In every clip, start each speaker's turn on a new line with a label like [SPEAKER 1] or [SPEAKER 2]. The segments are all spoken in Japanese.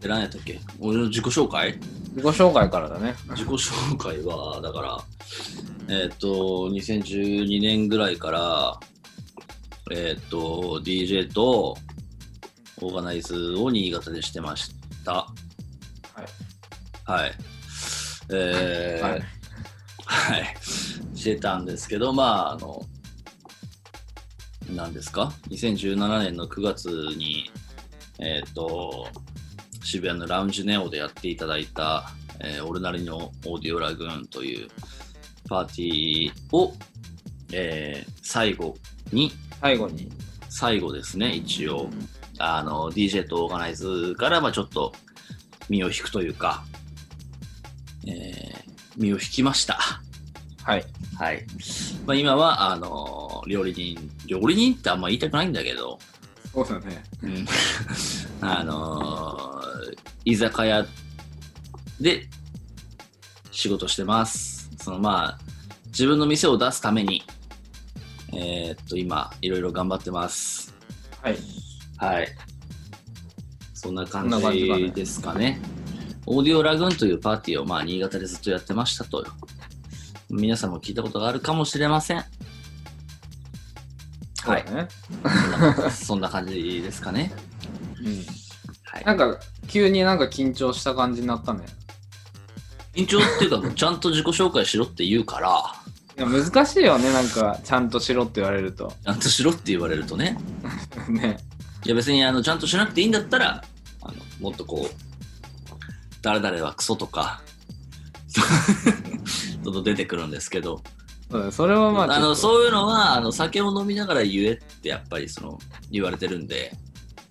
[SPEAKER 1] で何やったっけ俺の自己紹介
[SPEAKER 2] 自己紹介からだね。
[SPEAKER 1] 自己紹介は、だから、えーっと、2012年ぐらいから、えーっと、DJ とオーガナイズを新潟でしてました。はい。はい。えー、
[SPEAKER 2] は
[SPEAKER 1] はいい。してたんですけど、まあ、あの、なんですか ?2017 年の9月に、えーっと、渋谷のラウンジネオでやっていただいた、えー俺なりのオーディオラグーンというパーティーを、えー最後に、
[SPEAKER 2] 最後に。
[SPEAKER 1] 最後ですね、一応、あの、DJ とオーガナイズから、まあちょっと身を引くというか、えー身を引きました。
[SPEAKER 2] はい。
[SPEAKER 1] はい。まあ今は、あの、料理人、料理人ってあんま言いたくないんだけど、
[SPEAKER 3] そうだね。
[SPEAKER 1] うん あのー居酒屋で仕事してます。そのまあ、自分の店を出すために、えーっと、今、いろいろ頑張ってます。
[SPEAKER 2] はい。
[SPEAKER 1] はい。そんな感
[SPEAKER 2] そんな感じだね
[SPEAKER 1] じですかね。オーディオラグーンというパーティーを、まあ、新潟でずっとやってましたと。皆さんも聞いたことがあるかもしれません。は
[SPEAKER 2] そう
[SPEAKER 1] い。
[SPEAKER 2] だね。
[SPEAKER 1] そんな感じですかね。
[SPEAKER 2] うん。
[SPEAKER 1] はい
[SPEAKER 2] なんか、急になんか緊張した感じになったね。
[SPEAKER 1] 緊張っていうか、ちゃんと自己紹介しろって言うから、
[SPEAKER 2] いや、難しいよね。なんか、ちゃんとしろって言われると。
[SPEAKER 1] ちゃんとしろって言われるとね。
[SPEAKER 2] ね。
[SPEAKER 1] いや別にあのちゃんとしなくていいんだったら、あのもっとこう、誰々はクソとか、 ちょっと出てくるんですけど、
[SPEAKER 2] そうだねそれはまあ
[SPEAKER 1] あ、
[SPEAKER 2] ちょ
[SPEAKER 1] の
[SPEAKER 2] っと
[SPEAKER 1] そういうのはあの酒を飲みながら言えってやっぱりその言われてるんで、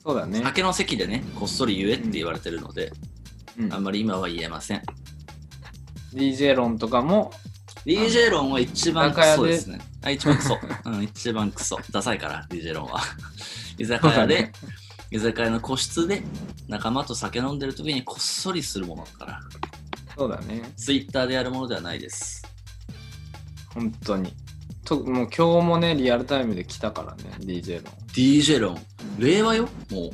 [SPEAKER 2] そうだね。
[SPEAKER 1] 酒の席でね、こっそり言えって言われてるので、
[SPEAKER 2] うん
[SPEAKER 1] あんまり今は言えません。
[SPEAKER 2] DJ 論とかも、
[SPEAKER 1] DJ 論は一番クソですね。あ一番クソ。うん、一番クソ。ダサいから、DJ 論は。居酒屋で、居酒屋の個室で仲間と酒飲んでる時にこっそりするものだから、
[SPEAKER 2] そうだね。
[SPEAKER 1] ツイッターでやるものではないです。
[SPEAKER 2] 本当に。ともう今日もね、リアルタイムで来たからね、DJ 論。
[SPEAKER 1] DJ 論、令和よ、もう。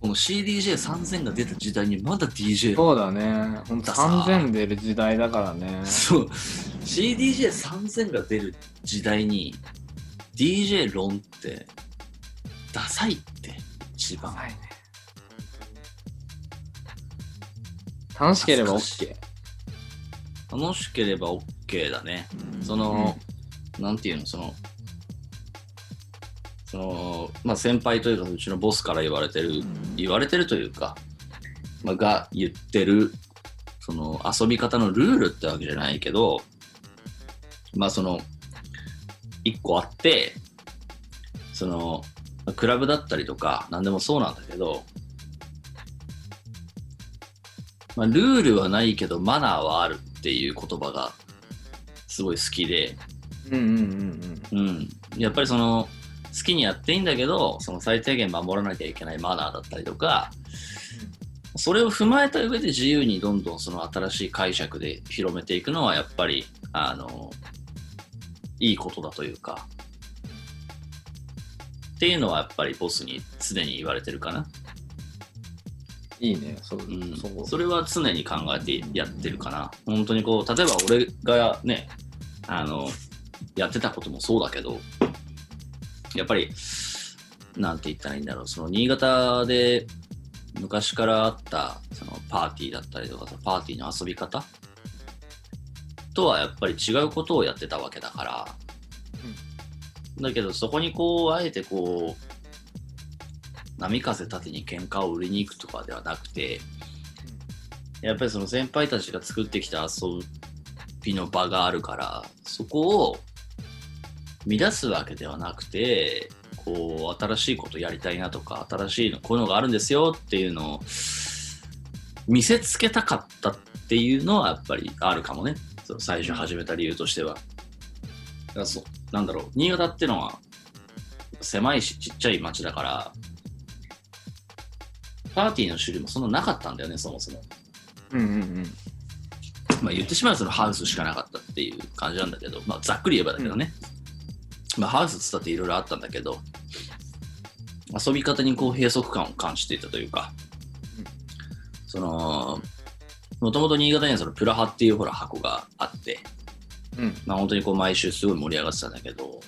[SPEAKER 1] この CDJ3000 が出た時代にまだ DJ 論。
[SPEAKER 2] そうだね。ほんと
[SPEAKER 1] ださー
[SPEAKER 2] 3000出る時代だからね。
[SPEAKER 1] そう。CDJ3000 が出る時代に DJ 論ってダサいって一番。
[SPEAKER 2] はいね楽しければ
[SPEAKER 1] 懐かし
[SPEAKER 2] OK。
[SPEAKER 1] 楽しければ OK だね。その、なんていうの、その、その、まあ先輩というか、うちのボスから言われてる、言われてるというか、まあ、が言ってる、その遊び方のルールってわけじゃないけど、まあその、一個あって、その、まあクラブだったりとか、なんでもそうなんだけど、まあ、ルールはないけどマナーはあるっていう言葉がすごい好きで、
[SPEAKER 2] うんうんうん
[SPEAKER 1] うん、やっぱりその好きにやっていいんだけどその最低限守らなきゃいけないマナーだったりとかそれを踏まえた上で自由にどんどんその新しい解釈で広めていくのはやっぱりあのいいことだというかっていうのはやっぱりボスに常に言われてるかな、
[SPEAKER 2] うん。いいね。そう、
[SPEAKER 1] うん
[SPEAKER 2] そう
[SPEAKER 1] それは常に考えてやってるかな。本当にこう、例えば俺がね、あの、やってたこともそうだけど、やっぱり、なんて言ったらいいんだろう、その新潟で昔からあったそのパーティーだったりとかさ、パーティーの遊び方とはやっぱり違うことをやってたわけだから、だけどそこにこう、あえてこう、波風立てに喧嘩を売りに行くとかではなくて、やっぱりその先輩たちが作ってきた遊びの場があるから、そこを乱すわけではなくて、こう、新しいことやりたいなとか、新しいの、こういうのがあるんですよっていうのを見せつけたかったっていうのはやっぱりあるかもね。その最初始めた理由としては。だからそう、なんだろう、新潟ってのは狭いしちっちゃい町だから、パーティーの種類もそんななかったんだよね、そもそも。
[SPEAKER 2] うんうんうん。
[SPEAKER 1] まあ、言ってしまえばそのハウスしかなかったっていう感じなんだけど、まあ、ざっくり言えばだけどね、まあ、ハウスっつったっていろいろあったんだけど遊び方にこう閉塞感を感じていたというかその、もともと新潟にはそのプラハっていうほら箱があって、
[SPEAKER 2] うん。
[SPEAKER 1] まあ本当にこう毎週すごい盛り上がってたんだけど、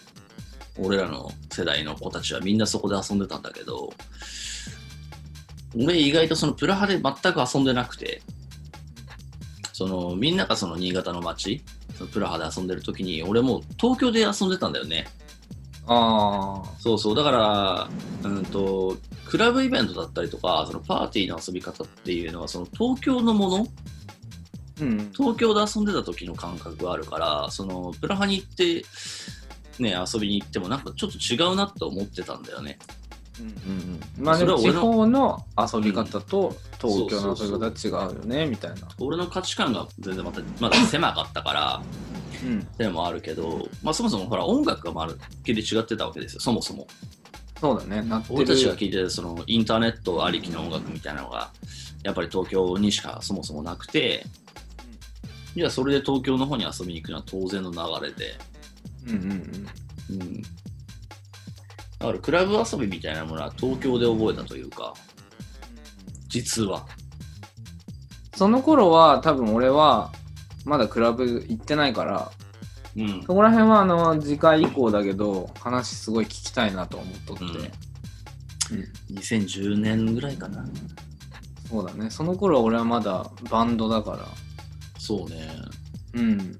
[SPEAKER 1] 俺らの世代の子たちはみんなそこで遊んでたんだけど、俺意外とそのプラハで全く遊んでなくて、そのみんながその新潟の街、そのプラハで遊んでる時に、俺もう東京で遊んでたんだよね。
[SPEAKER 2] ああ。
[SPEAKER 1] そうそう、だから、うんと、クラブイベントだったりとか、そのパーティーの遊び方っていうのは、その東京のもの
[SPEAKER 2] うん。
[SPEAKER 1] 東京で遊んでた時の感覚があるからそのプラハに行って、ね、遊びに行ってもなんかちょっと違うなと思ってたんだよね
[SPEAKER 2] うんうんうん、まあでも
[SPEAKER 1] それ
[SPEAKER 2] 地
[SPEAKER 1] は俺の
[SPEAKER 2] 方の遊び方と東京の遊
[SPEAKER 1] そう
[SPEAKER 2] び方は違うよねみたいな。
[SPEAKER 1] 俺の価値観が全然またまだ狭かったから
[SPEAKER 2] うん、
[SPEAKER 1] っていうのもあるけど、まあ、そもそもほら音楽がまるっきり違ってたわけですよそもそも
[SPEAKER 2] そうだね。なってる
[SPEAKER 1] 俺たちが聴いてるそのインターネットありきの音楽みたいなのがやっぱり東京にしかそもそもなくてじゃあそれで東京の方に遊びに行くのは当然の流れで
[SPEAKER 2] うんうんうん。
[SPEAKER 1] うんだからクラブ遊びみたいなものは東京で覚えたというか、実は。
[SPEAKER 2] その頃は多分俺はまだクラブ行ってないから
[SPEAKER 1] うん。
[SPEAKER 2] そこら辺はあの次回以降だけど話すごい聞きたいなと思っとって、
[SPEAKER 1] うん
[SPEAKER 2] うん
[SPEAKER 1] 2010年ぐらいかな。
[SPEAKER 2] そうだねその頃は俺はまだバンドだか
[SPEAKER 1] そうね。
[SPEAKER 2] らうん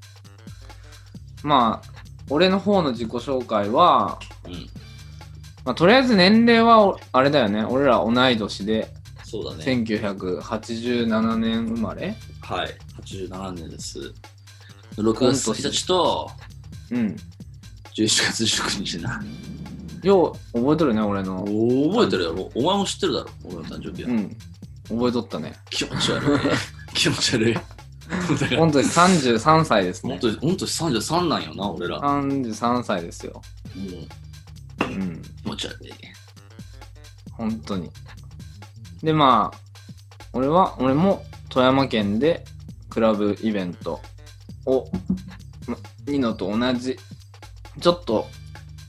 [SPEAKER 2] まあ俺の方の自己紹介は、
[SPEAKER 1] うん。
[SPEAKER 2] まあ、とりあえず年齢はおあれだよね俺ら同い年で
[SPEAKER 1] そうだね。
[SPEAKER 2] 1987年生まれ
[SPEAKER 1] はい。87年です。6月1日と
[SPEAKER 2] うん
[SPEAKER 1] 11月19日な。
[SPEAKER 2] よう覚えとるね俺の
[SPEAKER 1] 覚えてるやろお前も知ってるだろ俺の誕生日は。
[SPEAKER 2] うん覚えとったね
[SPEAKER 1] 気持ち悪い。気持ち悪い。だから、
[SPEAKER 2] 本当に33歳です
[SPEAKER 1] 本
[SPEAKER 2] ね
[SPEAKER 1] 当に、本当に33なんよな、俺ら。も
[SPEAKER 2] 33歳ですよ。
[SPEAKER 1] う
[SPEAKER 2] うん。
[SPEAKER 1] 気持ち悪い。
[SPEAKER 2] 本当に。で、まあ、俺は、俺も富山県でクラブイベントを、まニノと同じ、ちょっと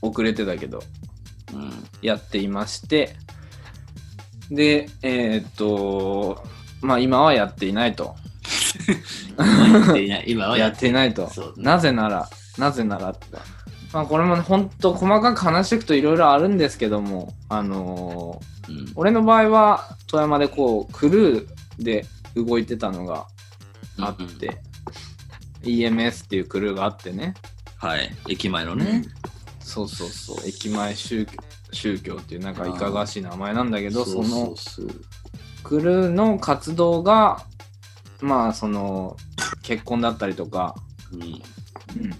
[SPEAKER 2] 遅れてたけど、
[SPEAKER 1] うん。
[SPEAKER 2] やっていまして、で、えーっと、まあ今はやっていないと。
[SPEAKER 1] 今はやっていない。今はや
[SPEAKER 2] や
[SPEAKER 1] っ
[SPEAKER 2] ってていないと
[SPEAKER 1] そう。
[SPEAKER 2] なぜなら、なぜならって。まあこれもね、本当細かく話していくといろいろあるんですけども、あのー
[SPEAKER 1] うん。
[SPEAKER 2] 俺の場合は富山でこうクルーで動いてたのがあって、EMS っていうクルーがあってね
[SPEAKER 1] はい。駅前のね。
[SPEAKER 2] そうそうそう駅前宗教宗教っていうなんかいかがわしい名前なんだけどその
[SPEAKER 1] そうそう
[SPEAKER 2] クルーの活動がまあその結婚だったりとか、
[SPEAKER 1] うん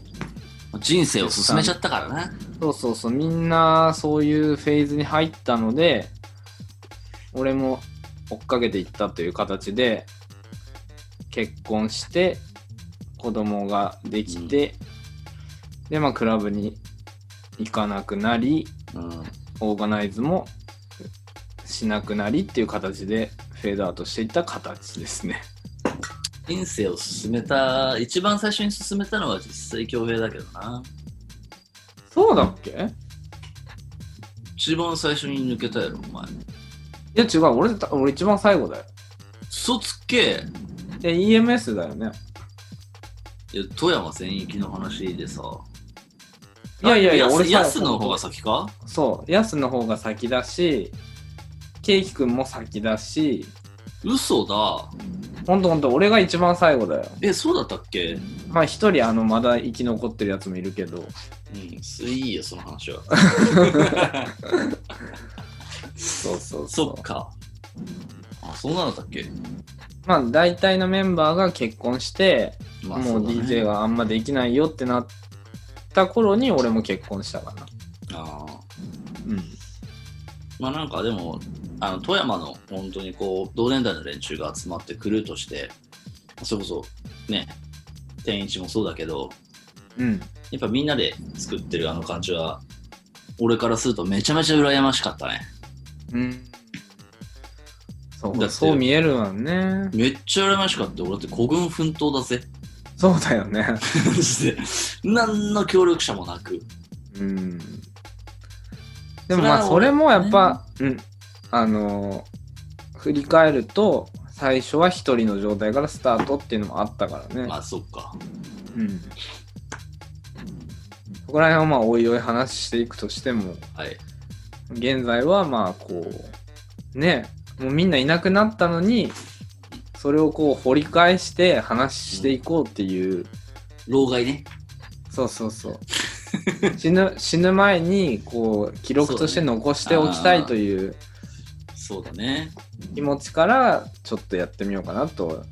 [SPEAKER 1] 人生を進めちゃったからな。
[SPEAKER 2] そうそうそうみんなそういうフェーズに入ったので俺も追っかけていったという形で結婚して子供ができて、でまあクラブに行かなくなり
[SPEAKER 1] うん。
[SPEAKER 2] オーガナイズもしなくなりっていう形でフェードアウトしていった形ですね。
[SPEAKER 1] 人生を進めた、一番最初に進めたのは実際競泳だけどな。
[SPEAKER 2] そうだっけい
[SPEAKER 1] 一番最初に抜けたやろ、お前。
[SPEAKER 2] や違う俺た俺一番最後だよ。
[SPEAKER 1] 嘘つけ
[SPEAKER 2] で EMS だよね。
[SPEAKER 1] いや富山全域の話でさ。
[SPEAKER 2] いやいやいや俺
[SPEAKER 1] 俺
[SPEAKER 2] さ
[SPEAKER 1] やすの方が先か
[SPEAKER 2] そう、ヤスの方が先だし、ケーキくんも先だし、
[SPEAKER 1] 嘘だ。
[SPEAKER 2] ほんとほんと、俺が一番最後だよ。
[SPEAKER 1] え、そうだったっけ
[SPEAKER 2] まあ一人、あの、まだ生き残ってるやつもいるけど、
[SPEAKER 1] うん、すいいよ、その話は。
[SPEAKER 2] そうそ
[SPEAKER 1] そ
[SPEAKER 2] うそう
[SPEAKER 1] っ。か。あ、そうなんだったっけ
[SPEAKER 2] まあ大体のメンバーが結婚して、
[SPEAKER 1] まあ
[SPEAKER 2] もう
[SPEAKER 1] そうだね
[SPEAKER 2] DJ があんまできないよってなった頃に俺も結婚したかな。
[SPEAKER 1] ああ。
[SPEAKER 2] うん。
[SPEAKER 1] まあなんかでもあの富山の本当にこう同年代の連中が集まってクルーとしてそれこそね天一もそうだけど
[SPEAKER 2] うん。
[SPEAKER 1] やっぱみんなで作ってるあの感じは俺からするとめちゃめちゃ羨ましかったね
[SPEAKER 2] うん。そ
[SPEAKER 1] だっ
[SPEAKER 2] う、
[SPEAKER 1] て
[SPEAKER 2] そう見えるわね。
[SPEAKER 1] めっちゃ羨ましかった俺だって孤軍奮闘だぜ
[SPEAKER 2] そうだよね。
[SPEAKER 1] マジで何の協力者もなく
[SPEAKER 2] うんでもまあそれもやっぱ、うん、あのー振り返ると最初は一人の状態からスタートっていうのもあったからね。
[SPEAKER 1] まあ、そっか。
[SPEAKER 2] うん。そこら辺はまあ、おいおい話していくとしても、
[SPEAKER 1] はい。
[SPEAKER 2] 現在はまあ、こう、ね、もうみんないなくなったのに、それをこう掘り返して話していこうっていう、
[SPEAKER 1] 老害ね。
[SPEAKER 2] そうそうそう。死ぬ死ぬ前にこう記録として残しておきたいという
[SPEAKER 1] そうだね。
[SPEAKER 2] 気持ちからちょっとやってみようかなと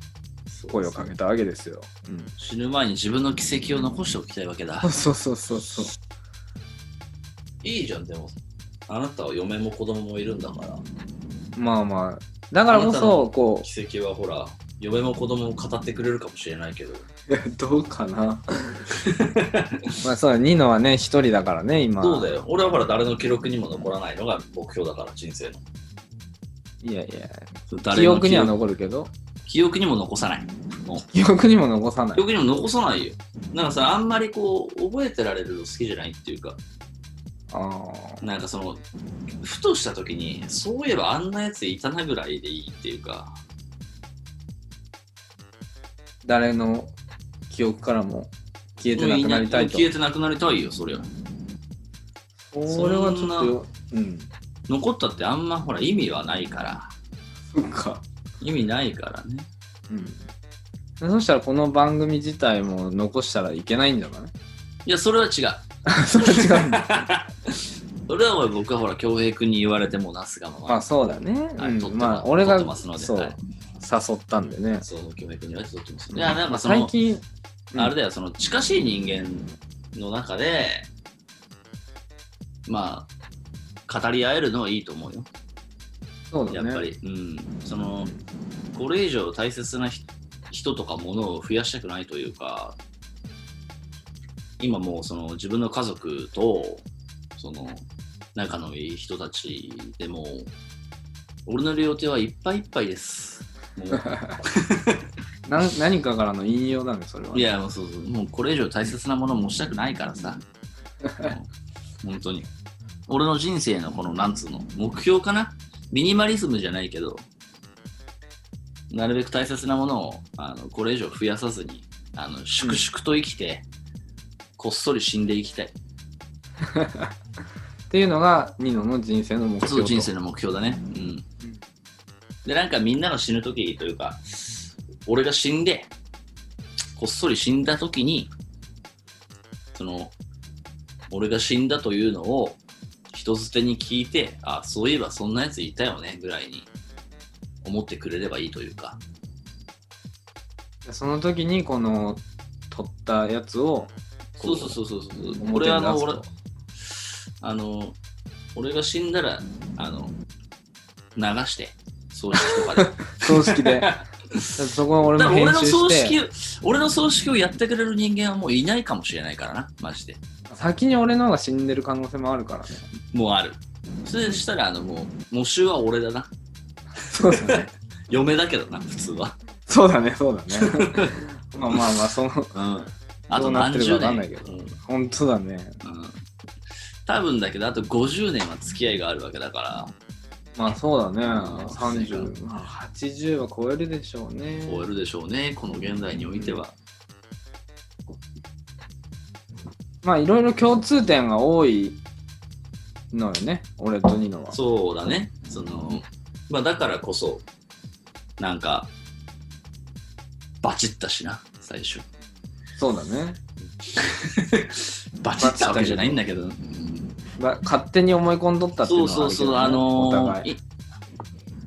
[SPEAKER 2] 声をかけたわけですよ。う
[SPEAKER 1] 死ぬ前に自分の軌跡を残しておきたいわけだ
[SPEAKER 2] ん、。そうそうそうそう。
[SPEAKER 1] いいじゃん、でも。あなたは嫁も子供もいるんだから。
[SPEAKER 2] まあまあ。だからこそ、こう、
[SPEAKER 1] 奇跡はほら、嫁も子供も語ってくれるかもしれないけど。
[SPEAKER 2] いやどう かな。まあそうだ、ニノはね、一人だからね、今。
[SPEAKER 1] そうだよ。俺はほら、誰の記録にも残らないのが目標だから、人生の。
[SPEAKER 2] いやいや、
[SPEAKER 1] 誰
[SPEAKER 2] 記
[SPEAKER 1] の
[SPEAKER 2] 憶には残るけど、
[SPEAKER 1] 記憶にも残さない。もう
[SPEAKER 2] 記憶にも残さない
[SPEAKER 1] 記。憶にも残さないよ。なんかさ、あんまりこう、覚えてられるの好きじゃないっていうか、
[SPEAKER 2] ああ。
[SPEAKER 1] なんかその、ふとした時に、そういえばあんなやついたなぐらいでいいっていうか、
[SPEAKER 2] 誰の記憶からも消えてなくなりたいと。
[SPEAKER 1] 消えてなくなりたいよ、そりゃ。
[SPEAKER 2] それはちょっと、うん。
[SPEAKER 1] 残ったってあんまほら意味はないから、
[SPEAKER 2] そっか。
[SPEAKER 1] 意味ないからね。
[SPEAKER 2] うん。そしたらこの番組自体も残したらいけないんじゃない
[SPEAKER 1] いや、それは違う。
[SPEAKER 2] それは違うんだ。
[SPEAKER 1] それは俺僕はほら、恭平君に言われてもなすがまま。
[SPEAKER 2] まあそうだね。
[SPEAKER 1] はい
[SPEAKER 2] うん
[SPEAKER 1] 撮って
[SPEAKER 2] ま
[SPEAKER 1] ま
[SPEAKER 2] あ俺が
[SPEAKER 1] 撮ってますので
[SPEAKER 2] そう、
[SPEAKER 1] はい
[SPEAKER 2] 誘ったんでね。
[SPEAKER 1] そう、恭平君に言われてとってます。いや、なんかそ
[SPEAKER 2] 最
[SPEAKER 1] の、
[SPEAKER 2] 近、うん
[SPEAKER 1] あれだよ、その近しい人間の中で、まあ、語り合えるのはいいと思うよ、
[SPEAKER 2] そうだ
[SPEAKER 1] や
[SPEAKER 2] ね。
[SPEAKER 1] っぱり。うん。その、これ以上大切なひ人とかものを増やしたくないというか、今もうその自分の家族と、その、仲のいい人たちでも、俺の両手はいっぱいいっぱいです。もう
[SPEAKER 2] な何かからの引用なんで、それは。
[SPEAKER 1] いや、もうそうそう、もうこれ以上大切なものを持ちたくないから さ。もう本当に。俺の人生のこの、なんつうの、目標かなミニマリズムじゃないけど、なるべく大切なものを、あのこれ以上増やさずに、あの粛々と生きて、こっそり死んでいきたい。
[SPEAKER 2] っていうのが、ニノの人生の目標
[SPEAKER 1] そう、
[SPEAKER 2] と。
[SPEAKER 1] 人生の目標だね。うん。で、なんかみんなが死ぬときというか、俺が死んで、こっそり死んだときに、その、俺が死んだというのを人捨てに聞いて、あ、そういえばそんなやついたよねぐらいに思ってくれればいいというか、
[SPEAKER 2] その時に、この、撮ったやつを、
[SPEAKER 1] そうそうそうそうそう。
[SPEAKER 2] 表に出すと
[SPEAKER 1] 俺はあの、俺、あの、俺が死んだら、あの、流して、葬式とかで。
[SPEAKER 2] 葬式 で。そこは俺
[SPEAKER 1] だ
[SPEAKER 2] も
[SPEAKER 1] から
[SPEAKER 2] 編
[SPEAKER 1] 俺の
[SPEAKER 2] 集
[SPEAKER 1] 葬
[SPEAKER 2] して
[SPEAKER 1] 式。俺の葬式をやってくれる人間はもういないかもしれないからなマジで
[SPEAKER 2] 先に俺の方が死んでる可能性もあるからね。
[SPEAKER 1] もうあるそれしたらあのもう募集は俺だな
[SPEAKER 2] そうだね。
[SPEAKER 1] 嫁だけどな普通は
[SPEAKER 2] そうだね、そう だね。まあまあまあ、その、
[SPEAKER 1] うんあ
[SPEAKER 2] ど
[SPEAKER 1] と
[SPEAKER 2] うなっ
[SPEAKER 1] 何
[SPEAKER 2] てるか
[SPEAKER 1] 十
[SPEAKER 2] わかん
[SPEAKER 1] 年
[SPEAKER 2] ないけど
[SPEAKER 1] うんうん
[SPEAKER 2] 本当だね。
[SPEAKER 1] 多分だけどあと50年は付き合いがあるわけだか
[SPEAKER 2] まあそうだね。
[SPEAKER 1] ん
[SPEAKER 2] 30、まあ80は超えるでしょうね
[SPEAKER 1] ら。終えるでしょうねこの現代においては
[SPEAKER 2] まあいろいろ共通点が多いのよね、俺とニノは。
[SPEAKER 1] そうだねそのまあだからこそなんかバチったしな最初
[SPEAKER 2] そうだね。
[SPEAKER 1] バチったわけじゃないんだけど、うん
[SPEAKER 2] ま勝手に思い込んどったっていう
[SPEAKER 1] そ
[SPEAKER 2] の
[SPEAKER 1] う
[SPEAKER 2] は
[SPEAKER 1] そう
[SPEAKER 2] あるけど
[SPEAKER 1] そ
[SPEAKER 2] ね、
[SPEAKER 1] う、あの
[SPEAKER 2] お
[SPEAKER 1] ー
[SPEAKER 2] 互い。
[SPEAKER 1] い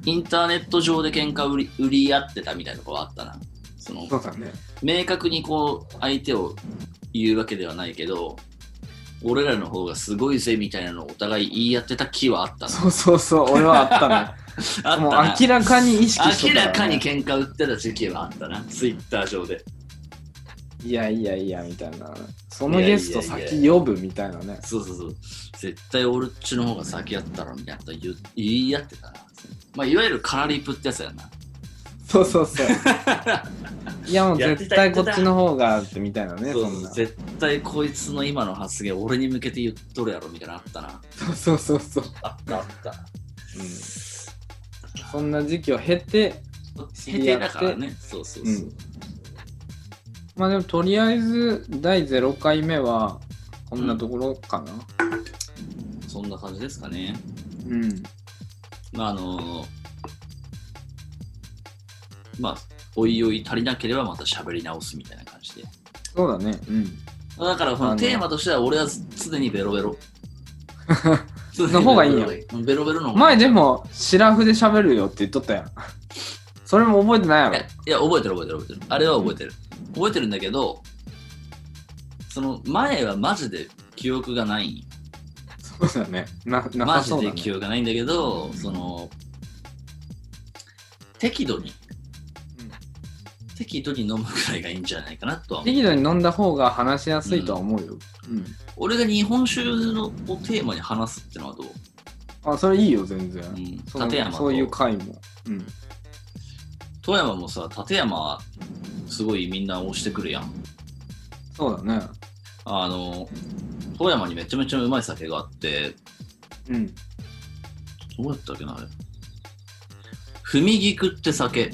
[SPEAKER 1] インターネット上で喧嘩売り売り合ってたみたいなとこはあったな。その
[SPEAKER 2] そうだね。
[SPEAKER 1] 明確にこう相手を言うわけではないけど、俺らの方がすごいぜみたいなのをお互い言い合ってた気はあったな。
[SPEAKER 2] そうそうそう、俺はあったね。
[SPEAKER 1] あった
[SPEAKER 2] もう
[SPEAKER 1] な
[SPEAKER 2] 明らかに意識して
[SPEAKER 1] 明
[SPEAKER 2] た、ね。
[SPEAKER 1] らかに喧嘩売ってた時期はあったな、ツイッター上で。
[SPEAKER 2] いやいやいや、みたいな。その
[SPEAKER 1] いやい
[SPEAKER 2] ゲ
[SPEAKER 1] やいや
[SPEAKER 2] スト先呼ぶみたいなね。
[SPEAKER 1] そうそうそう。絶対俺っちの方が先やったろみたいなこと言う言い合ってたな。まあ、いわゆるカラリプってやつやな。
[SPEAKER 2] そうそ うそう。いやもう
[SPEAKER 1] やって
[SPEAKER 2] 絶
[SPEAKER 1] た
[SPEAKER 2] 対こっちの方がってみたいなね、
[SPEAKER 1] そう
[SPEAKER 2] そ
[SPEAKER 1] そうん
[SPEAKER 2] な。
[SPEAKER 1] 絶対こいつの今の発言俺に向けて言っとるやろみたいなのあったな
[SPEAKER 2] そうそうそうそう。
[SPEAKER 1] あったあった
[SPEAKER 2] うんそんな時期を経て、知
[SPEAKER 1] へ
[SPEAKER 2] り合
[SPEAKER 1] て
[SPEAKER 2] って
[SPEAKER 1] だからね。そうそうそう。
[SPEAKER 2] まあでもとりあえず第0回目はこんなところかな
[SPEAKER 1] そんな感じですかね。
[SPEAKER 2] うん、
[SPEAKER 1] まああのまあ、おいおい足りなければまた喋り直すみたいな感じで。
[SPEAKER 2] そうだねうん
[SPEAKER 1] だから、そ
[SPEAKER 2] あ
[SPEAKER 1] の
[SPEAKER 2] の
[SPEAKER 1] テーマとしては俺は常にベロベ ロ。
[SPEAKER 2] の方がいいよ
[SPEAKER 1] よ。ベロベロの方がい
[SPEAKER 2] 前でもシラフで喋るよって言っとったやんそれも覚えてない
[SPEAKER 1] い
[SPEAKER 2] やろ
[SPEAKER 1] いや、覚えてる覚えてる覚えてる。あれは覚えてる。覚えてるんだけど、その前はマジで記憶がないんよ
[SPEAKER 2] そうだねなな
[SPEAKER 1] マ
[SPEAKER 2] さ
[SPEAKER 1] ジ
[SPEAKER 2] そう
[SPEAKER 1] で
[SPEAKER 2] だ、ね
[SPEAKER 1] 記、憶がないんだけど、その、適度に、適度に飲むくらいがいいんじゃないかなとは思う。
[SPEAKER 2] 適度に飲んだ方が話しやすいとは思うよ、うん
[SPEAKER 1] 俺が日本酒のをテーマに話すってのはどう、
[SPEAKER 2] あそれいいよ全然、
[SPEAKER 1] うん、
[SPEAKER 2] その
[SPEAKER 1] 立山と
[SPEAKER 2] そういう回も、うん、
[SPEAKER 1] 富山もさ、立山はすごいみんな押してくるやん。
[SPEAKER 2] そうだね
[SPEAKER 1] あの、富山にめちゃめちゃうまい酒があって、
[SPEAKER 2] うん
[SPEAKER 1] どうやったっけな、あれ。踏み菊って酒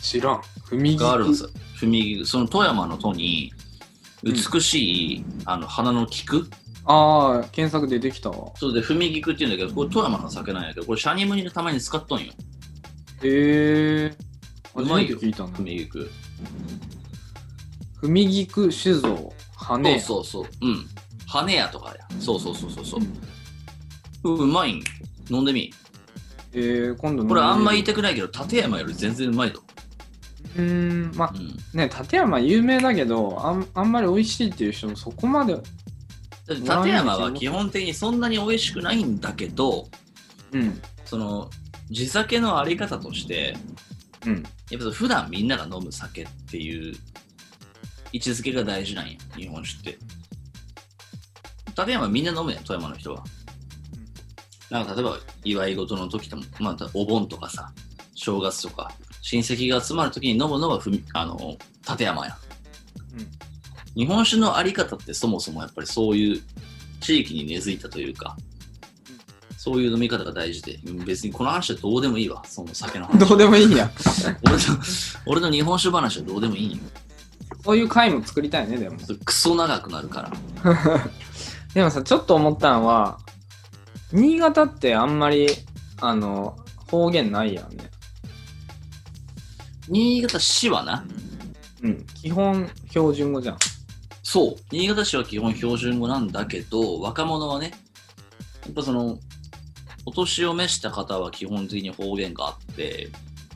[SPEAKER 2] 知らん踏み
[SPEAKER 1] があるんですよ。踏み菊。その富山の都に、美しい、あの花の菊
[SPEAKER 2] ああ検索出てきたわ
[SPEAKER 1] そうで、踏み菊っていうんだけど、これ富山の酒なんやけど、これシャニムニのために使っとんよ。
[SPEAKER 2] へえ
[SPEAKER 1] う
[SPEAKER 2] 初
[SPEAKER 1] ま
[SPEAKER 2] め
[SPEAKER 1] い
[SPEAKER 2] て
[SPEAKER 1] よ
[SPEAKER 2] 聞いたな
[SPEAKER 1] 踏み菊。
[SPEAKER 2] 踏み菊酒造羽屋
[SPEAKER 1] そうそうそう。うん。羽屋とかや。そうそうそうそうそうう。
[SPEAKER 2] ん
[SPEAKER 1] うんうまいんよ飲んでみ。
[SPEAKER 2] えー、今度飲でみる
[SPEAKER 1] これあんま言いたくないけど、立山より全然うまいぞ。
[SPEAKER 2] うーんまあ
[SPEAKER 1] うん。
[SPEAKER 2] ね立山有名だけどあんあんまり美味しいっていう人もそこまで
[SPEAKER 1] だって立山は基本的にそんなに美味しくないんだけど、
[SPEAKER 2] うん
[SPEAKER 1] その、地酒のあり方として、
[SPEAKER 2] うん
[SPEAKER 1] やっぱその普段みんなが飲む酒っていう位置づけが大事なんや、日本酒って。立山みんな飲むやん、富山の人は。なんか例えば祝い事の時とも、まあ、お盆とかさ、正月とか、親戚が集まる時に飲むのがふみあの立山や、
[SPEAKER 2] うん
[SPEAKER 1] 日本酒のあり方ってそもそもやっぱりそういう地域に根付いたというか、そういう飲み方が大事で、別にこの話はどうでもいいわ、その酒の話。
[SPEAKER 2] どうでもいいや
[SPEAKER 1] 俺の俺の日本酒話はどうでもいいよ
[SPEAKER 2] そういう回も作りたいねでも
[SPEAKER 1] それクソ長くなるから
[SPEAKER 2] でもさちょっと思ったのは新潟ってあんまりあの方言ないやんね
[SPEAKER 1] 新潟市はな
[SPEAKER 2] うん基本標準語じゃん
[SPEAKER 1] そう新潟市は基本標準語なんだけど若者はねやっぱそのお年を召した方は基本的に方言があって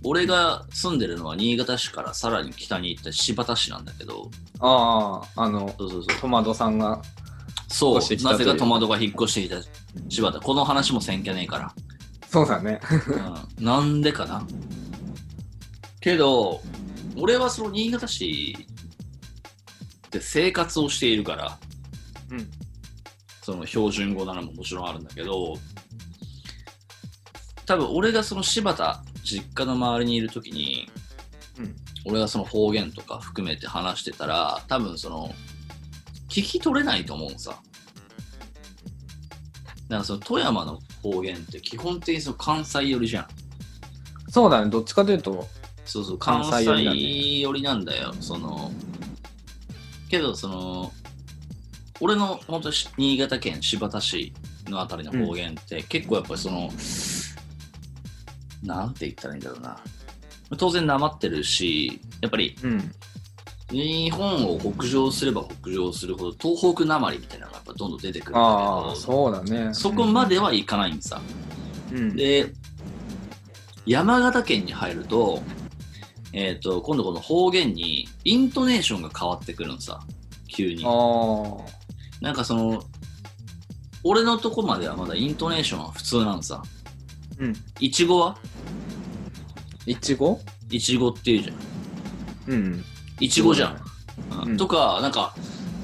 [SPEAKER 1] 俺が住んでるのは新潟市からさらに北に行った柴田市なんだけど
[SPEAKER 2] あああの
[SPEAKER 1] そうそうそう
[SPEAKER 2] トマトさんが
[SPEAKER 1] そ
[SPEAKER 2] 引っ越して
[SPEAKER 1] う
[SPEAKER 2] きた
[SPEAKER 1] な
[SPEAKER 2] とい
[SPEAKER 1] ぜ
[SPEAKER 2] う
[SPEAKER 1] か戸惑が引っ越してきた柴田この話もせんきゃねえから
[SPEAKER 2] そうだね
[SPEAKER 1] うんなんでかな。けど、俺はその新潟市で生活をしているから、
[SPEAKER 2] うん
[SPEAKER 1] その標準語なのももちろんあるんだけど、多分俺がその柴田、実家の周りにいるときに、
[SPEAKER 2] うん
[SPEAKER 1] 俺がその方言とか含めて話してたら、多分その、聞き取れないと思うのさ。なんかその富山の方言って基本的にその関西寄りじゃん。
[SPEAKER 2] そうだねどっちかというと
[SPEAKER 1] そうそう、
[SPEAKER 2] 関
[SPEAKER 1] 関
[SPEAKER 2] 西
[SPEAKER 1] 西
[SPEAKER 2] 寄
[SPEAKER 1] 寄
[SPEAKER 2] りだね
[SPEAKER 1] りなんだよ。その、けど、その、俺の本当し新潟県新発田市のあたりの方言って、結構やっぱりその、なんて言ったらいいんだろうな。当然なまってるし、やっぱり
[SPEAKER 2] うん
[SPEAKER 1] 日本を北上すれば北上するほど東北なまりみたいなのがやっぱどんどん出てくるん
[SPEAKER 2] あ
[SPEAKER 1] だけど、
[SPEAKER 2] あそうだね
[SPEAKER 1] そこまではいかないんさ。
[SPEAKER 2] うん
[SPEAKER 1] で、山形県に入ると、えっ、と、今度この方言に、イントネーションが変わってくるのさ、急に
[SPEAKER 2] あ。あ
[SPEAKER 1] なんかその、俺のとこまではまだイントネーションは普通なのさ。
[SPEAKER 2] うん
[SPEAKER 1] いちごはい
[SPEAKER 2] ちご
[SPEAKER 1] いちごっていうじゃん。
[SPEAKER 2] うん
[SPEAKER 1] い
[SPEAKER 2] い
[SPEAKER 1] ちごじゃん。
[SPEAKER 2] ん
[SPEAKER 1] うんとか、なんか、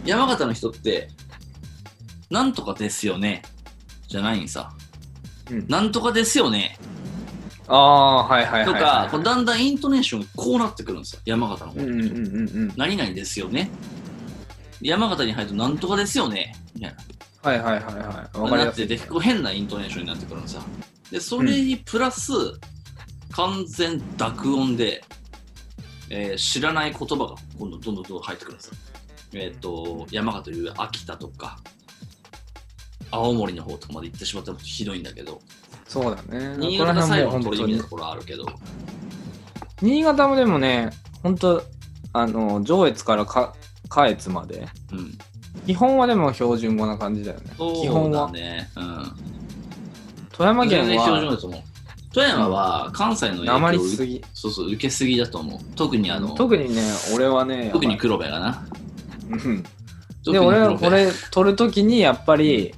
[SPEAKER 1] 山形の人って、なんとかですよね、じゃないんさ。
[SPEAKER 2] うん
[SPEAKER 1] なんとかですよね、
[SPEAKER 2] ああはいはい
[SPEAKER 1] と
[SPEAKER 2] はい
[SPEAKER 1] か、
[SPEAKER 2] はい
[SPEAKER 1] こうだんだんイントネーションがこうなってくるんですよ、山形の方
[SPEAKER 2] うんうんうんうんうん
[SPEAKER 1] 何々ですよね。山形に入るとなんとかですよね。みたい
[SPEAKER 2] はいはいはいはい
[SPEAKER 1] な。
[SPEAKER 2] わかり
[SPEAKER 1] なっ
[SPEAKER 2] やす
[SPEAKER 1] て
[SPEAKER 2] い
[SPEAKER 1] て、結構変なイントネーションになってくるのさ。で、それにプラス、完全濁音で、えー知らない言葉が今度どんどんどんどん入ってくるんですよ。えっ、と、山形という秋田とか、青森の方とかまで行ってしまったらひどいんだけど、
[SPEAKER 2] そうだね。
[SPEAKER 1] 新
[SPEAKER 2] ここら
[SPEAKER 1] 潟最
[SPEAKER 2] 辺
[SPEAKER 1] 後の
[SPEAKER 2] も
[SPEAKER 1] 取り
[SPEAKER 2] う本当
[SPEAKER 1] 組み
[SPEAKER 2] に
[SPEAKER 1] のところあるけど、
[SPEAKER 2] 新潟もでもね、本当あの、上越からか下越まで。
[SPEAKER 1] うん、
[SPEAKER 2] 基本はでも標準語な感じだよね。基
[SPEAKER 1] そう
[SPEAKER 2] 本
[SPEAKER 1] だ
[SPEAKER 2] は。
[SPEAKER 1] ね。うん
[SPEAKER 2] 富山
[SPEAKER 1] 全
[SPEAKER 2] 県
[SPEAKER 1] 然標準
[SPEAKER 2] は、
[SPEAKER 1] だと思う。富山は関西の
[SPEAKER 2] なま
[SPEAKER 1] 影
[SPEAKER 2] り
[SPEAKER 1] 響を
[SPEAKER 2] すぎ。
[SPEAKER 1] そうそう受けすぎだと思う。特にあの特
[SPEAKER 2] 特にね、俺はね、
[SPEAKER 1] に黒部がな。
[SPEAKER 2] やっぱりうん
[SPEAKER 1] 特に
[SPEAKER 2] で、俺は
[SPEAKER 1] 黒
[SPEAKER 2] こ
[SPEAKER 1] 部
[SPEAKER 2] れ撮るときにやっぱり、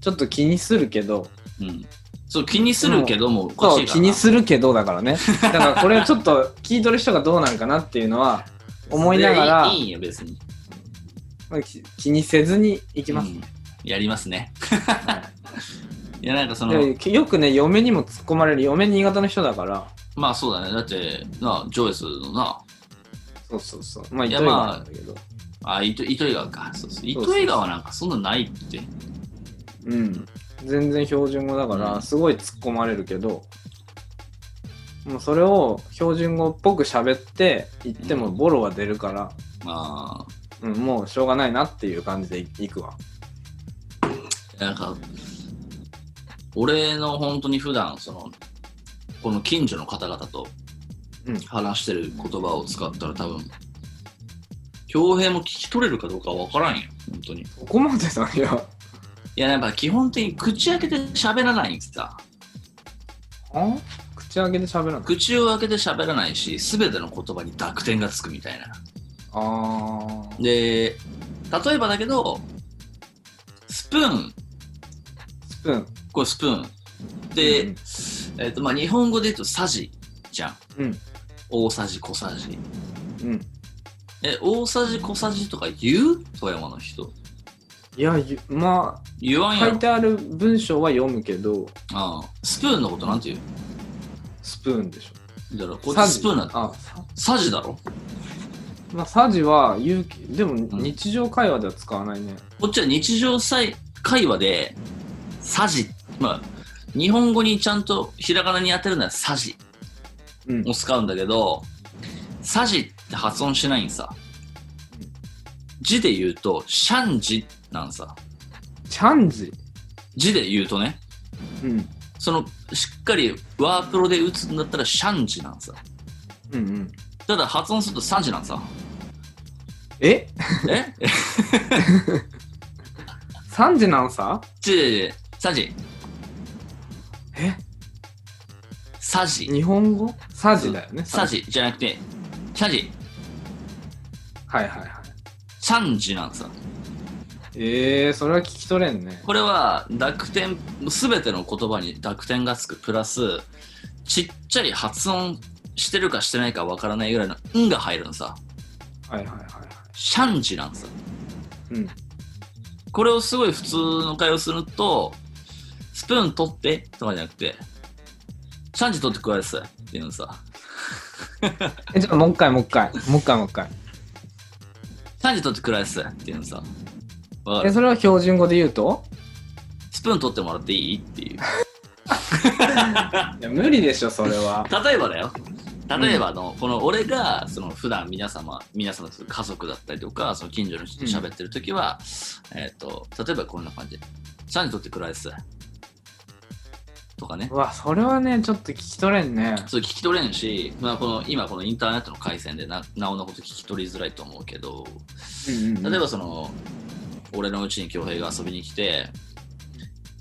[SPEAKER 2] ちょっと気にするけど、
[SPEAKER 1] うん、そう気にするけどもおか
[SPEAKER 2] そ
[SPEAKER 1] し
[SPEAKER 2] う
[SPEAKER 1] いか
[SPEAKER 2] 気
[SPEAKER 1] ら
[SPEAKER 2] に
[SPEAKER 1] な。
[SPEAKER 2] するけどだ からね。だからこれちょっと聞いとる人がどうなんかなっていうのは思いながら
[SPEAKER 1] いやいいいいんよ別に。
[SPEAKER 2] まあき気にせずに行きます
[SPEAKER 1] うん。やりますね。 いやなんかその
[SPEAKER 2] でよくね、嫁にも突っ込まれる。嫁新潟の人だから。
[SPEAKER 1] まあそうだねだってなジョイスのな
[SPEAKER 2] そうそうそう。まあ、
[SPEAKER 1] いや
[SPEAKER 2] 糸魚川なんだけど。
[SPEAKER 1] あ糸糸魚川かそうそう
[SPEAKER 2] そう
[SPEAKER 1] 糸魚川はなんかそんなないって
[SPEAKER 2] うん。全然標準語だか
[SPEAKER 1] うん
[SPEAKER 2] ら、すごい突っ込まれるけど、もうそれを標準語っぽく喋って言ってもボロは出るから、
[SPEAKER 1] ま
[SPEAKER 2] うん、もうしょうがないなっていう感じで行くわ。
[SPEAKER 1] あなんか俺の本当に普段そのこの近所の方々と
[SPEAKER 2] うん
[SPEAKER 1] 話してる言葉を使ったら多分恭平も聞き取れるかどうかは分からんよ本当にい
[SPEAKER 2] ここまでだよ。
[SPEAKER 1] ややっぱ基本的に口開けて喋らないんさ
[SPEAKER 2] あ口開けて喋らない。
[SPEAKER 1] 口を開けて喋らないし全ての言葉に濁点がつくみたいな
[SPEAKER 2] あー。
[SPEAKER 1] で例えばだけどスプーン
[SPEAKER 2] スプーン。
[SPEAKER 1] これスプーンで、
[SPEAKER 2] うん
[SPEAKER 1] えっとまあ、日本語で言うとさじじゃん
[SPEAKER 2] うん。
[SPEAKER 1] 大さじ小さじ
[SPEAKER 2] うん。
[SPEAKER 1] え大さじ小さじとか言う富山の人
[SPEAKER 2] いや、ゆま
[SPEAKER 1] 言わ
[SPEAKER 2] あ、
[SPEAKER 1] んや
[SPEAKER 2] 書
[SPEAKER 1] ろ
[SPEAKER 2] いてある文章は読むけど、
[SPEAKER 1] ああスプーンのことなんて言
[SPEAKER 2] スプーンでしょ。
[SPEAKER 1] うだからこっちスプーンなんだ
[SPEAKER 2] あ、さ
[SPEAKER 1] さじだろ
[SPEAKER 2] まあ、サジは勇気、でも日常会話では使わないね。
[SPEAKER 1] こっちは日常会会話でさじまあ日本語にちゃんとひらがなに当てるならさじ
[SPEAKER 2] うん
[SPEAKER 1] を使うんだけど、サジって発音しないんさ
[SPEAKER 2] うん。
[SPEAKER 1] 字で言うと、シャンジなんさ。
[SPEAKER 2] チャンジ。
[SPEAKER 1] 字で言うとね、
[SPEAKER 2] うん。
[SPEAKER 1] その、しっかりワープロで打つんだったらシャンジなんさ。
[SPEAKER 2] うんうん。
[SPEAKER 1] ただ発音するとサンジなんさ。
[SPEAKER 2] え
[SPEAKER 1] え
[SPEAKER 2] サンジなんさ
[SPEAKER 1] 字で、サジ、
[SPEAKER 2] え
[SPEAKER 1] サジ。
[SPEAKER 2] 日本語サジだよね。
[SPEAKER 1] サ。ジじゃなくて、シャジ、
[SPEAKER 2] はいはいはい。
[SPEAKER 1] サンジなんさ。
[SPEAKER 2] えー、それは聞き取れんね。
[SPEAKER 1] これは濁点、すべての言葉に濁点がつく、プラス、ちっちゃい発音してるかしてないかわからないぐらいの「ん」が入るのさ。
[SPEAKER 2] はいはいはいは
[SPEAKER 1] シャンジなんさ。
[SPEAKER 2] い。うん。
[SPEAKER 1] これをすごい普通の会話すると、スプーン取ってとかじゃなくて、シャンジ取ってくわれすっていうのさ。
[SPEAKER 2] え、じゃあもう一回もう一回。もう一回もう一回。
[SPEAKER 1] シャンジ取ってくわれすっていうのさ。わか
[SPEAKER 2] え、
[SPEAKER 1] る
[SPEAKER 2] それは標準語で言うと
[SPEAKER 1] スプーン取ってもらっていいっていう。
[SPEAKER 2] いや、無理でしょ、それは。
[SPEAKER 1] 例えばだよ例えばの、この俺がその普段皆様皆様と家族だったりとかその近所の人と喋ってる時は、えっ、と例えばこんな感じ「シャンジ取ってくらいです」とかね
[SPEAKER 2] うわ、それはね、ちょっと聞き取れんね。
[SPEAKER 1] それ聞き取れんし、まあ、この今このインターネットの回線でななおのこと聞き取りづらいと思うけど
[SPEAKER 2] うんうんうん
[SPEAKER 1] 例えばその俺のうちに恭平が遊びに来て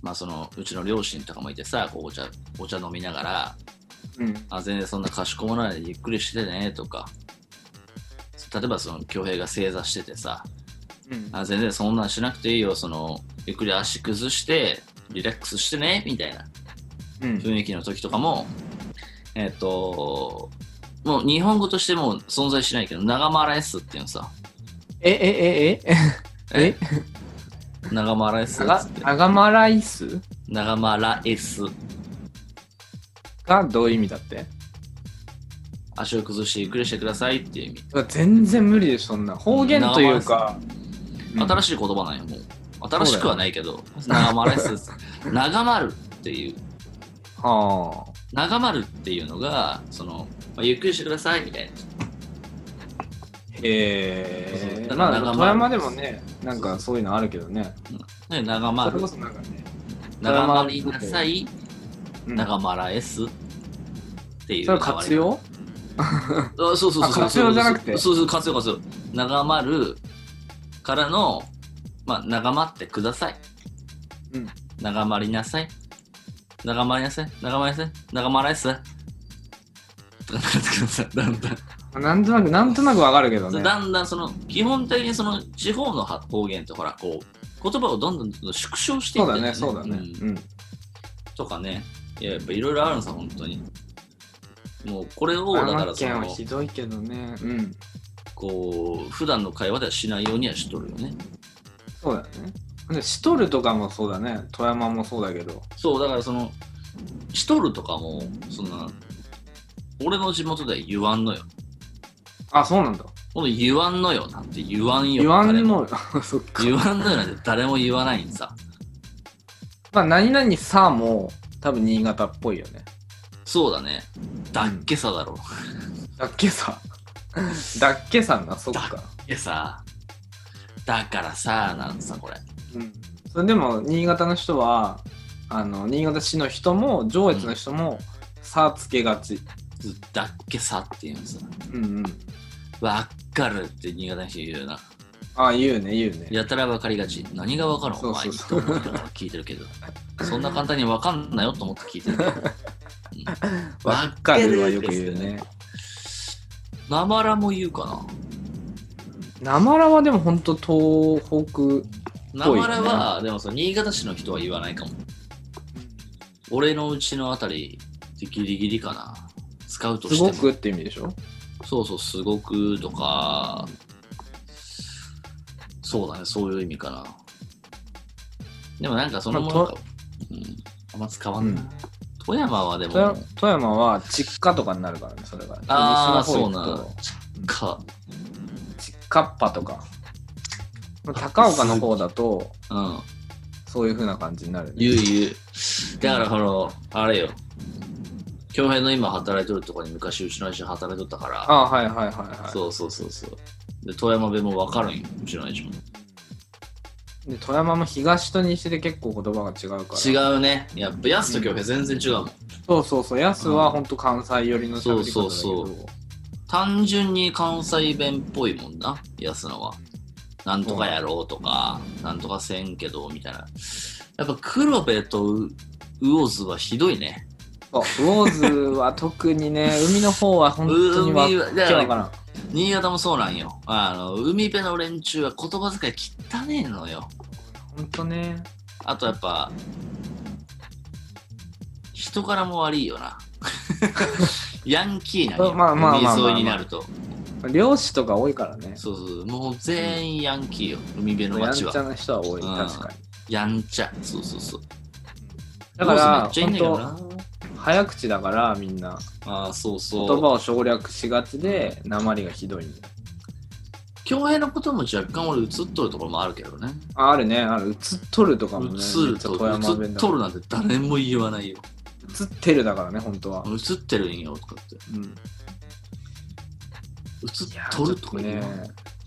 [SPEAKER 1] まあそのうちの両親とかもいてさこうお茶お茶飲みながら
[SPEAKER 2] うん。
[SPEAKER 1] あ全然そんなかしこまらないでゆっくりしてねとか例えばその恭平が正座しててさ
[SPEAKER 2] うん。
[SPEAKER 1] あ全然そんなんしなくていいよそのゆっくり足崩してリラックスしてねみたいな
[SPEAKER 2] うん。
[SPEAKER 1] 雰囲気の時とかもえっ、ともう日本語としてもう存在しないけど長回らすっていうのさ
[SPEAKER 2] え、え、え、え、え、
[SPEAKER 1] 長回らすっ
[SPEAKER 2] 長
[SPEAKER 1] つって
[SPEAKER 2] 長マライス
[SPEAKER 1] 長回らす
[SPEAKER 2] がどういう意味だって
[SPEAKER 1] 足を崩してゆっくりしてくださいっていう意味、
[SPEAKER 2] うわ全然無理でしょそんな方言というか、
[SPEAKER 1] 新
[SPEAKER 2] しい
[SPEAKER 1] しい言葉なんよもう新しくはないけど長回らす長まるっていう
[SPEAKER 2] はあ。
[SPEAKER 1] 長丸っていうのがその、まあ、ゆっくりしてくださいみたいなそうだ
[SPEAKER 2] へえ。
[SPEAKER 1] から
[SPEAKER 2] ま
[SPEAKER 1] 長丸
[SPEAKER 2] あ、富山でもね、なんかそういうのあるけどね。
[SPEAKER 1] ね長
[SPEAKER 2] それ
[SPEAKER 1] 丸
[SPEAKER 2] こそなんかね。
[SPEAKER 1] 長丸いなさい
[SPEAKER 2] うん
[SPEAKER 1] 長丸 S っていう
[SPEAKER 2] それ活用
[SPEAKER 1] あそうそうそう
[SPEAKER 2] あ活用じゃなくて
[SPEAKER 1] そうそう活用活用長丸からのまあ長まってください、
[SPEAKER 2] うん、
[SPEAKER 1] 長まりなさい長まりなさい長まりなさい長まらですとかなってくださいだんだん
[SPEAKER 2] なんとなく、なんとなくわかるけどね。
[SPEAKER 1] だんだんその基本的にその地方の方言ってほらこう言葉をどんどんどんどん縮小してい
[SPEAKER 2] そ
[SPEAKER 1] っ
[SPEAKER 2] う
[SPEAKER 1] てる
[SPEAKER 2] だ
[SPEAKER 1] よ
[SPEAKER 2] ね、そうだね。
[SPEAKER 1] ん
[SPEAKER 2] うん。
[SPEAKER 1] とかねいややっぱいろいろあるんさ本当にもうこれをだ
[SPEAKER 2] 富
[SPEAKER 1] から
[SPEAKER 2] 山
[SPEAKER 1] そ
[SPEAKER 2] 県は
[SPEAKER 1] の
[SPEAKER 2] ひどいけどね。うん。
[SPEAKER 1] こう普段の会話ではしないようにはしとるよね
[SPEAKER 2] そうだね。で、シトルとかもそうだね。富山もそうだけど。
[SPEAKER 1] そうだからそのしとるとかもそんな俺の地元では言わんのよ
[SPEAKER 2] あ、そうなんだ。
[SPEAKER 1] ほんと言わんのよなんて言わんよ
[SPEAKER 2] 言わ
[SPEAKER 1] 誰
[SPEAKER 2] ん
[SPEAKER 1] も
[SPEAKER 2] の。 そっか。
[SPEAKER 1] 言わんのよなんて誰も言わないんさ
[SPEAKER 2] まあ、何々さも、多分新潟っぽいよね。
[SPEAKER 1] そうだねだっけさだろう
[SPEAKER 2] だっけさ。 だっけさんな、そっか。
[SPEAKER 1] でさ、だからさ、なんさ、これ。
[SPEAKER 2] うん。それでも、新潟の人は、あの、新潟市の人も、上越の人も、さつけがち。
[SPEAKER 1] だっけさっていうのさ、
[SPEAKER 2] うんうん。
[SPEAKER 1] わっかるって新潟の人言うな。
[SPEAKER 2] あ、言うね、言うね。
[SPEAKER 1] やたらわかりがち。何がわかるのお前
[SPEAKER 2] そ
[SPEAKER 1] っ
[SPEAKER 2] う
[SPEAKER 1] て
[SPEAKER 2] そう
[SPEAKER 1] 思いながら聞いてるけど。そんな簡単にわかんなよと思って聞いてる けど。うん
[SPEAKER 2] わっかるはよく言う。ね。
[SPEAKER 1] なまらも言うか
[SPEAKER 2] なまらはでもほんと東北。
[SPEAKER 1] な。な
[SPEAKER 2] ぽいね
[SPEAKER 1] まらは、でもその新潟市の人は言わないかも。俺のうちのあたりでギリギリかな。使うと
[SPEAKER 2] す
[SPEAKER 1] して
[SPEAKER 2] ご
[SPEAKER 1] も。
[SPEAKER 2] くって意味でしょ
[SPEAKER 1] そうそう、すごくとか、そうだね、そういう意味かな。でもなんかその
[SPEAKER 2] ま
[SPEAKER 1] も
[SPEAKER 2] あ
[SPEAKER 1] のが、うん、あんま使わんな。
[SPEAKER 2] うん
[SPEAKER 1] 富山はで
[SPEAKER 2] 富山
[SPEAKER 1] も、
[SPEAKER 2] 富山は実家とかになるからね、それが。
[SPEAKER 1] あー
[SPEAKER 2] 西の方行く
[SPEAKER 1] そう
[SPEAKER 2] と
[SPEAKER 1] か、
[SPEAKER 2] 実家っぱとか。高岡の方だと、
[SPEAKER 1] うん、
[SPEAKER 2] そういう風な感じになる、ね。
[SPEAKER 1] 言う言う。だから、その、あれよ、京平の今働いとるとこに昔、うちの親父働いとったから、
[SPEAKER 2] あーはいはいはいは
[SPEAKER 1] そうそうそうそう。で、富山弁もわかるんよ、うちの親父も。
[SPEAKER 2] い。で、富山も東と西で結構言葉が違うから。
[SPEAKER 1] 違うね。やっぱ、やすと京平全然違うもん。
[SPEAKER 2] そうそうそう。安はほんと関西寄りの喋り方だけど。
[SPEAKER 1] そうそうそ単純に関西弁っぽいもんな、安野は。なんとかやろうとか、なんとかせんけど、みたいな。やっぱ黒部とう魚津はひどいね。
[SPEAKER 2] そうウォーズは特に ね、海の方は本当にわっ
[SPEAKER 1] 海
[SPEAKER 2] け
[SPEAKER 1] はだから
[SPEAKER 2] わからん。
[SPEAKER 1] 新潟もそうなんよ。あの、海辺の連中は言葉遣い汚ねえのよ。
[SPEAKER 2] ほんとね。
[SPEAKER 1] あとやっぱ、人柄も悪いよな。 ヤンキーなんよ。
[SPEAKER 2] まあまあまあまあまあ
[SPEAKER 1] 海沿いになると。
[SPEAKER 2] 漁師とか多いからね。
[SPEAKER 1] そうそう。もう全員ヤンキーよ。海辺の
[SPEAKER 2] やん
[SPEAKER 1] 街
[SPEAKER 2] ち
[SPEAKER 1] は。
[SPEAKER 2] ゃな人は多い、
[SPEAKER 1] うん
[SPEAKER 2] 確かに。
[SPEAKER 1] やんちゃ。そうそうそう。
[SPEAKER 2] だから、
[SPEAKER 1] 魚津めっちゃいいんだけど
[SPEAKER 2] 本
[SPEAKER 1] な。
[SPEAKER 2] 当早口だからみんな
[SPEAKER 1] ああ、そうそ
[SPEAKER 2] 言
[SPEAKER 1] う。
[SPEAKER 2] 葉を省略しがちで、鉛がひどいんだよ
[SPEAKER 1] 共演のことも若干俺映っとるところもあるけどね。
[SPEAKER 2] ああるね、ある。映っとるとか
[SPEAKER 1] 映
[SPEAKER 2] もね。め
[SPEAKER 1] る
[SPEAKER 2] っちゃ
[SPEAKER 1] と、
[SPEAKER 2] 富山
[SPEAKER 1] 映
[SPEAKER 2] 弁
[SPEAKER 1] っ
[SPEAKER 2] だ
[SPEAKER 1] とるなんて誰も言わないよ。
[SPEAKER 2] 映ってるだからね、本当は。
[SPEAKER 1] 映ってるんよとかって。
[SPEAKER 2] うん。
[SPEAKER 1] 映
[SPEAKER 2] いや
[SPEAKER 1] っ
[SPEAKER 2] ー
[SPEAKER 1] とる
[SPEAKER 2] ちょ
[SPEAKER 1] とか
[SPEAKER 2] っと
[SPEAKER 1] 言うよ。
[SPEAKER 2] ね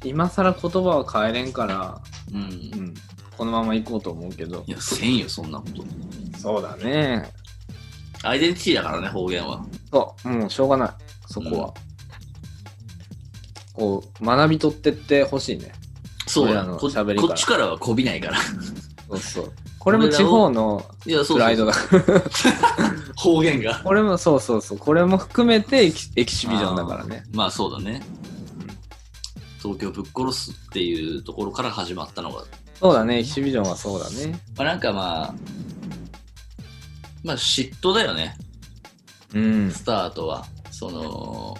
[SPEAKER 2] 今更言葉は変えれんから、
[SPEAKER 1] うん。
[SPEAKER 2] う
[SPEAKER 1] い
[SPEAKER 2] ん、このまま行こうと思うけど。
[SPEAKER 1] や、せんよ、そんなこと。
[SPEAKER 2] そうだね。
[SPEAKER 1] アイデンティティだからね、方言は。
[SPEAKER 2] そう、もうしょうがない、そこは。こう、学び取ってってほしいね。
[SPEAKER 1] そう
[SPEAKER 2] 俺
[SPEAKER 1] や
[SPEAKER 2] らの
[SPEAKER 1] こ。
[SPEAKER 2] 喋りから
[SPEAKER 1] こっちからはこびないから。
[SPEAKER 2] そうそう。これも地方の
[SPEAKER 1] いや、そう
[SPEAKER 2] プライ
[SPEAKER 1] そ
[SPEAKER 2] ド
[SPEAKER 1] う。
[SPEAKER 2] だ
[SPEAKER 1] 方言が。
[SPEAKER 2] これもそうそうそう、これも含めてエキエキシビジョンだからね。
[SPEAKER 1] まあそうだね。東京ぶっ殺すっていうところから始まったのが
[SPEAKER 2] そうだね、エキシビジョンはそうだね。
[SPEAKER 1] まあなんかまあ、まあ嫉妬だよね、
[SPEAKER 2] うん。
[SPEAKER 1] スタートは。その、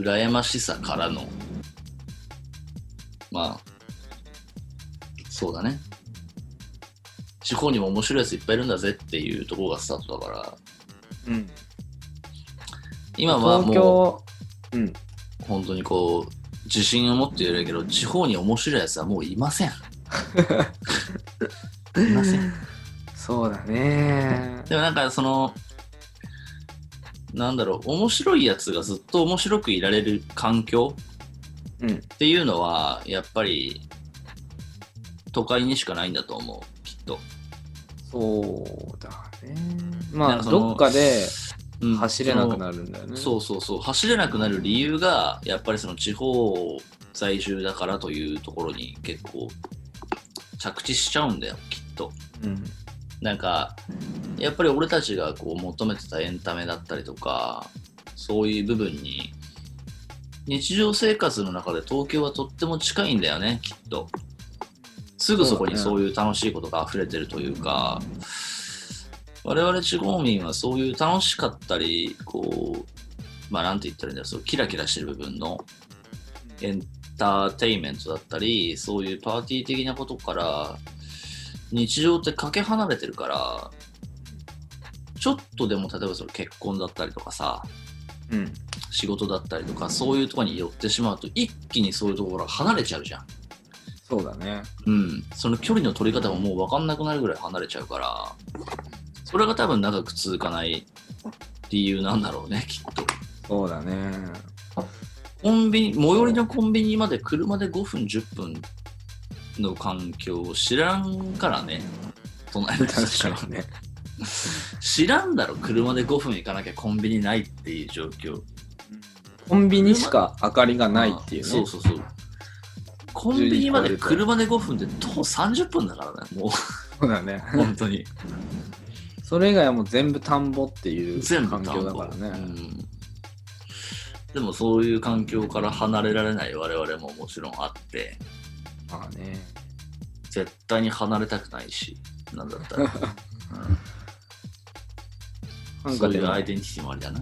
[SPEAKER 1] 羨ましさからの、まあ、そうだね。地方にも面白いやついっぱいいるんだぜっていうところがスタートだから、
[SPEAKER 2] うん、
[SPEAKER 1] 今は
[SPEAKER 2] 東
[SPEAKER 1] も
[SPEAKER 2] 京、うん。
[SPEAKER 1] う本当にこう、自信を持って言えるけど、地 方に面白いやつはもういません。いません。
[SPEAKER 2] そうだね。
[SPEAKER 1] でもなんかその、なんだろう、面白いやつがずっと面白くいられる環境
[SPEAKER 2] うん。
[SPEAKER 1] っていうのは、やっぱり、都会にしかないんだと思う、きっと。
[SPEAKER 2] そうだね。
[SPEAKER 1] なん
[SPEAKER 2] まあ、
[SPEAKER 1] かその
[SPEAKER 2] どっかで
[SPEAKER 1] うん
[SPEAKER 2] 走れなくなるんだよね。
[SPEAKER 1] そうそうそう走れなくなる理由がやっぱりその地方在住だからというところに結構着地しちゃうんだよきっと
[SPEAKER 2] うん。
[SPEAKER 1] なんかやっぱり俺たちがこう求めてたエンタメだったりとかそういう部分に日常生活の中で東京はとっても近いんだよねきっとすぐそこにそういう楽しいことが溢れてるというか、我々地方民はそういう楽しかったり、こう、まあなんて言ったらいいんだろう、そうキラキラしてる部分のエンターテインメントだったり、そういうパーティー的なことから、日常ってかけ離れてるから、ちょっとでも例えばその結婚だったりとかさ、
[SPEAKER 2] うん。
[SPEAKER 1] 仕事だったりとか、そういうところに寄ってしまうと、一気にそういうところが離れちゃうじゃん。
[SPEAKER 2] そうだね。
[SPEAKER 1] うん、その距離の取り方ももう分かんなくなるぐらい離れちゃうから、それが多分長く続かない理由なんだろうね、きっと。
[SPEAKER 2] そうだね。
[SPEAKER 1] コンビニ、最寄りのコンビニまで車で5分、10分の環境を知らんからね、隣の人たち
[SPEAKER 2] 確
[SPEAKER 1] は
[SPEAKER 2] かにね。
[SPEAKER 1] 知らんだろ、車で5分行かなきゃコンビニないっていう状況。
[SPEAKER 2] コンビニしか明かりがないっていうね。
[SPEAKER 1] そうそうそう。コンビニまで車で5分って徒歩30分だからね、も
[SPEAKER 2] そうだね。
[SPEAKER 1] う、本当に。
[SPEAKER 2] それ以外はもう全部田んぼっていう
[SPEAKER 1] 全部
[SPEAKER 2] 環境だ
[SPEAKER 1] 田
[SPEAKER 2] から
[SPEAKER 1] んぼう
[SPEAKER 2] ね。
[SPEAKER 1] んでもそういう環境から離れられない我々ももちろんあって
[SPEAKER 2] まあね。
[SPEAKER 1] 絶対に離れたくないしなんだったら
[SPEAKER 2] なん
[SPEAKER 1] そ
[SPEAKER 2] か
[SPEAKER 1] うい
[SPEAKER 2] で
[SPEAKER 1] う
[SPEAKER 2] も
[SPEAKER 1] アイデンティティもありだな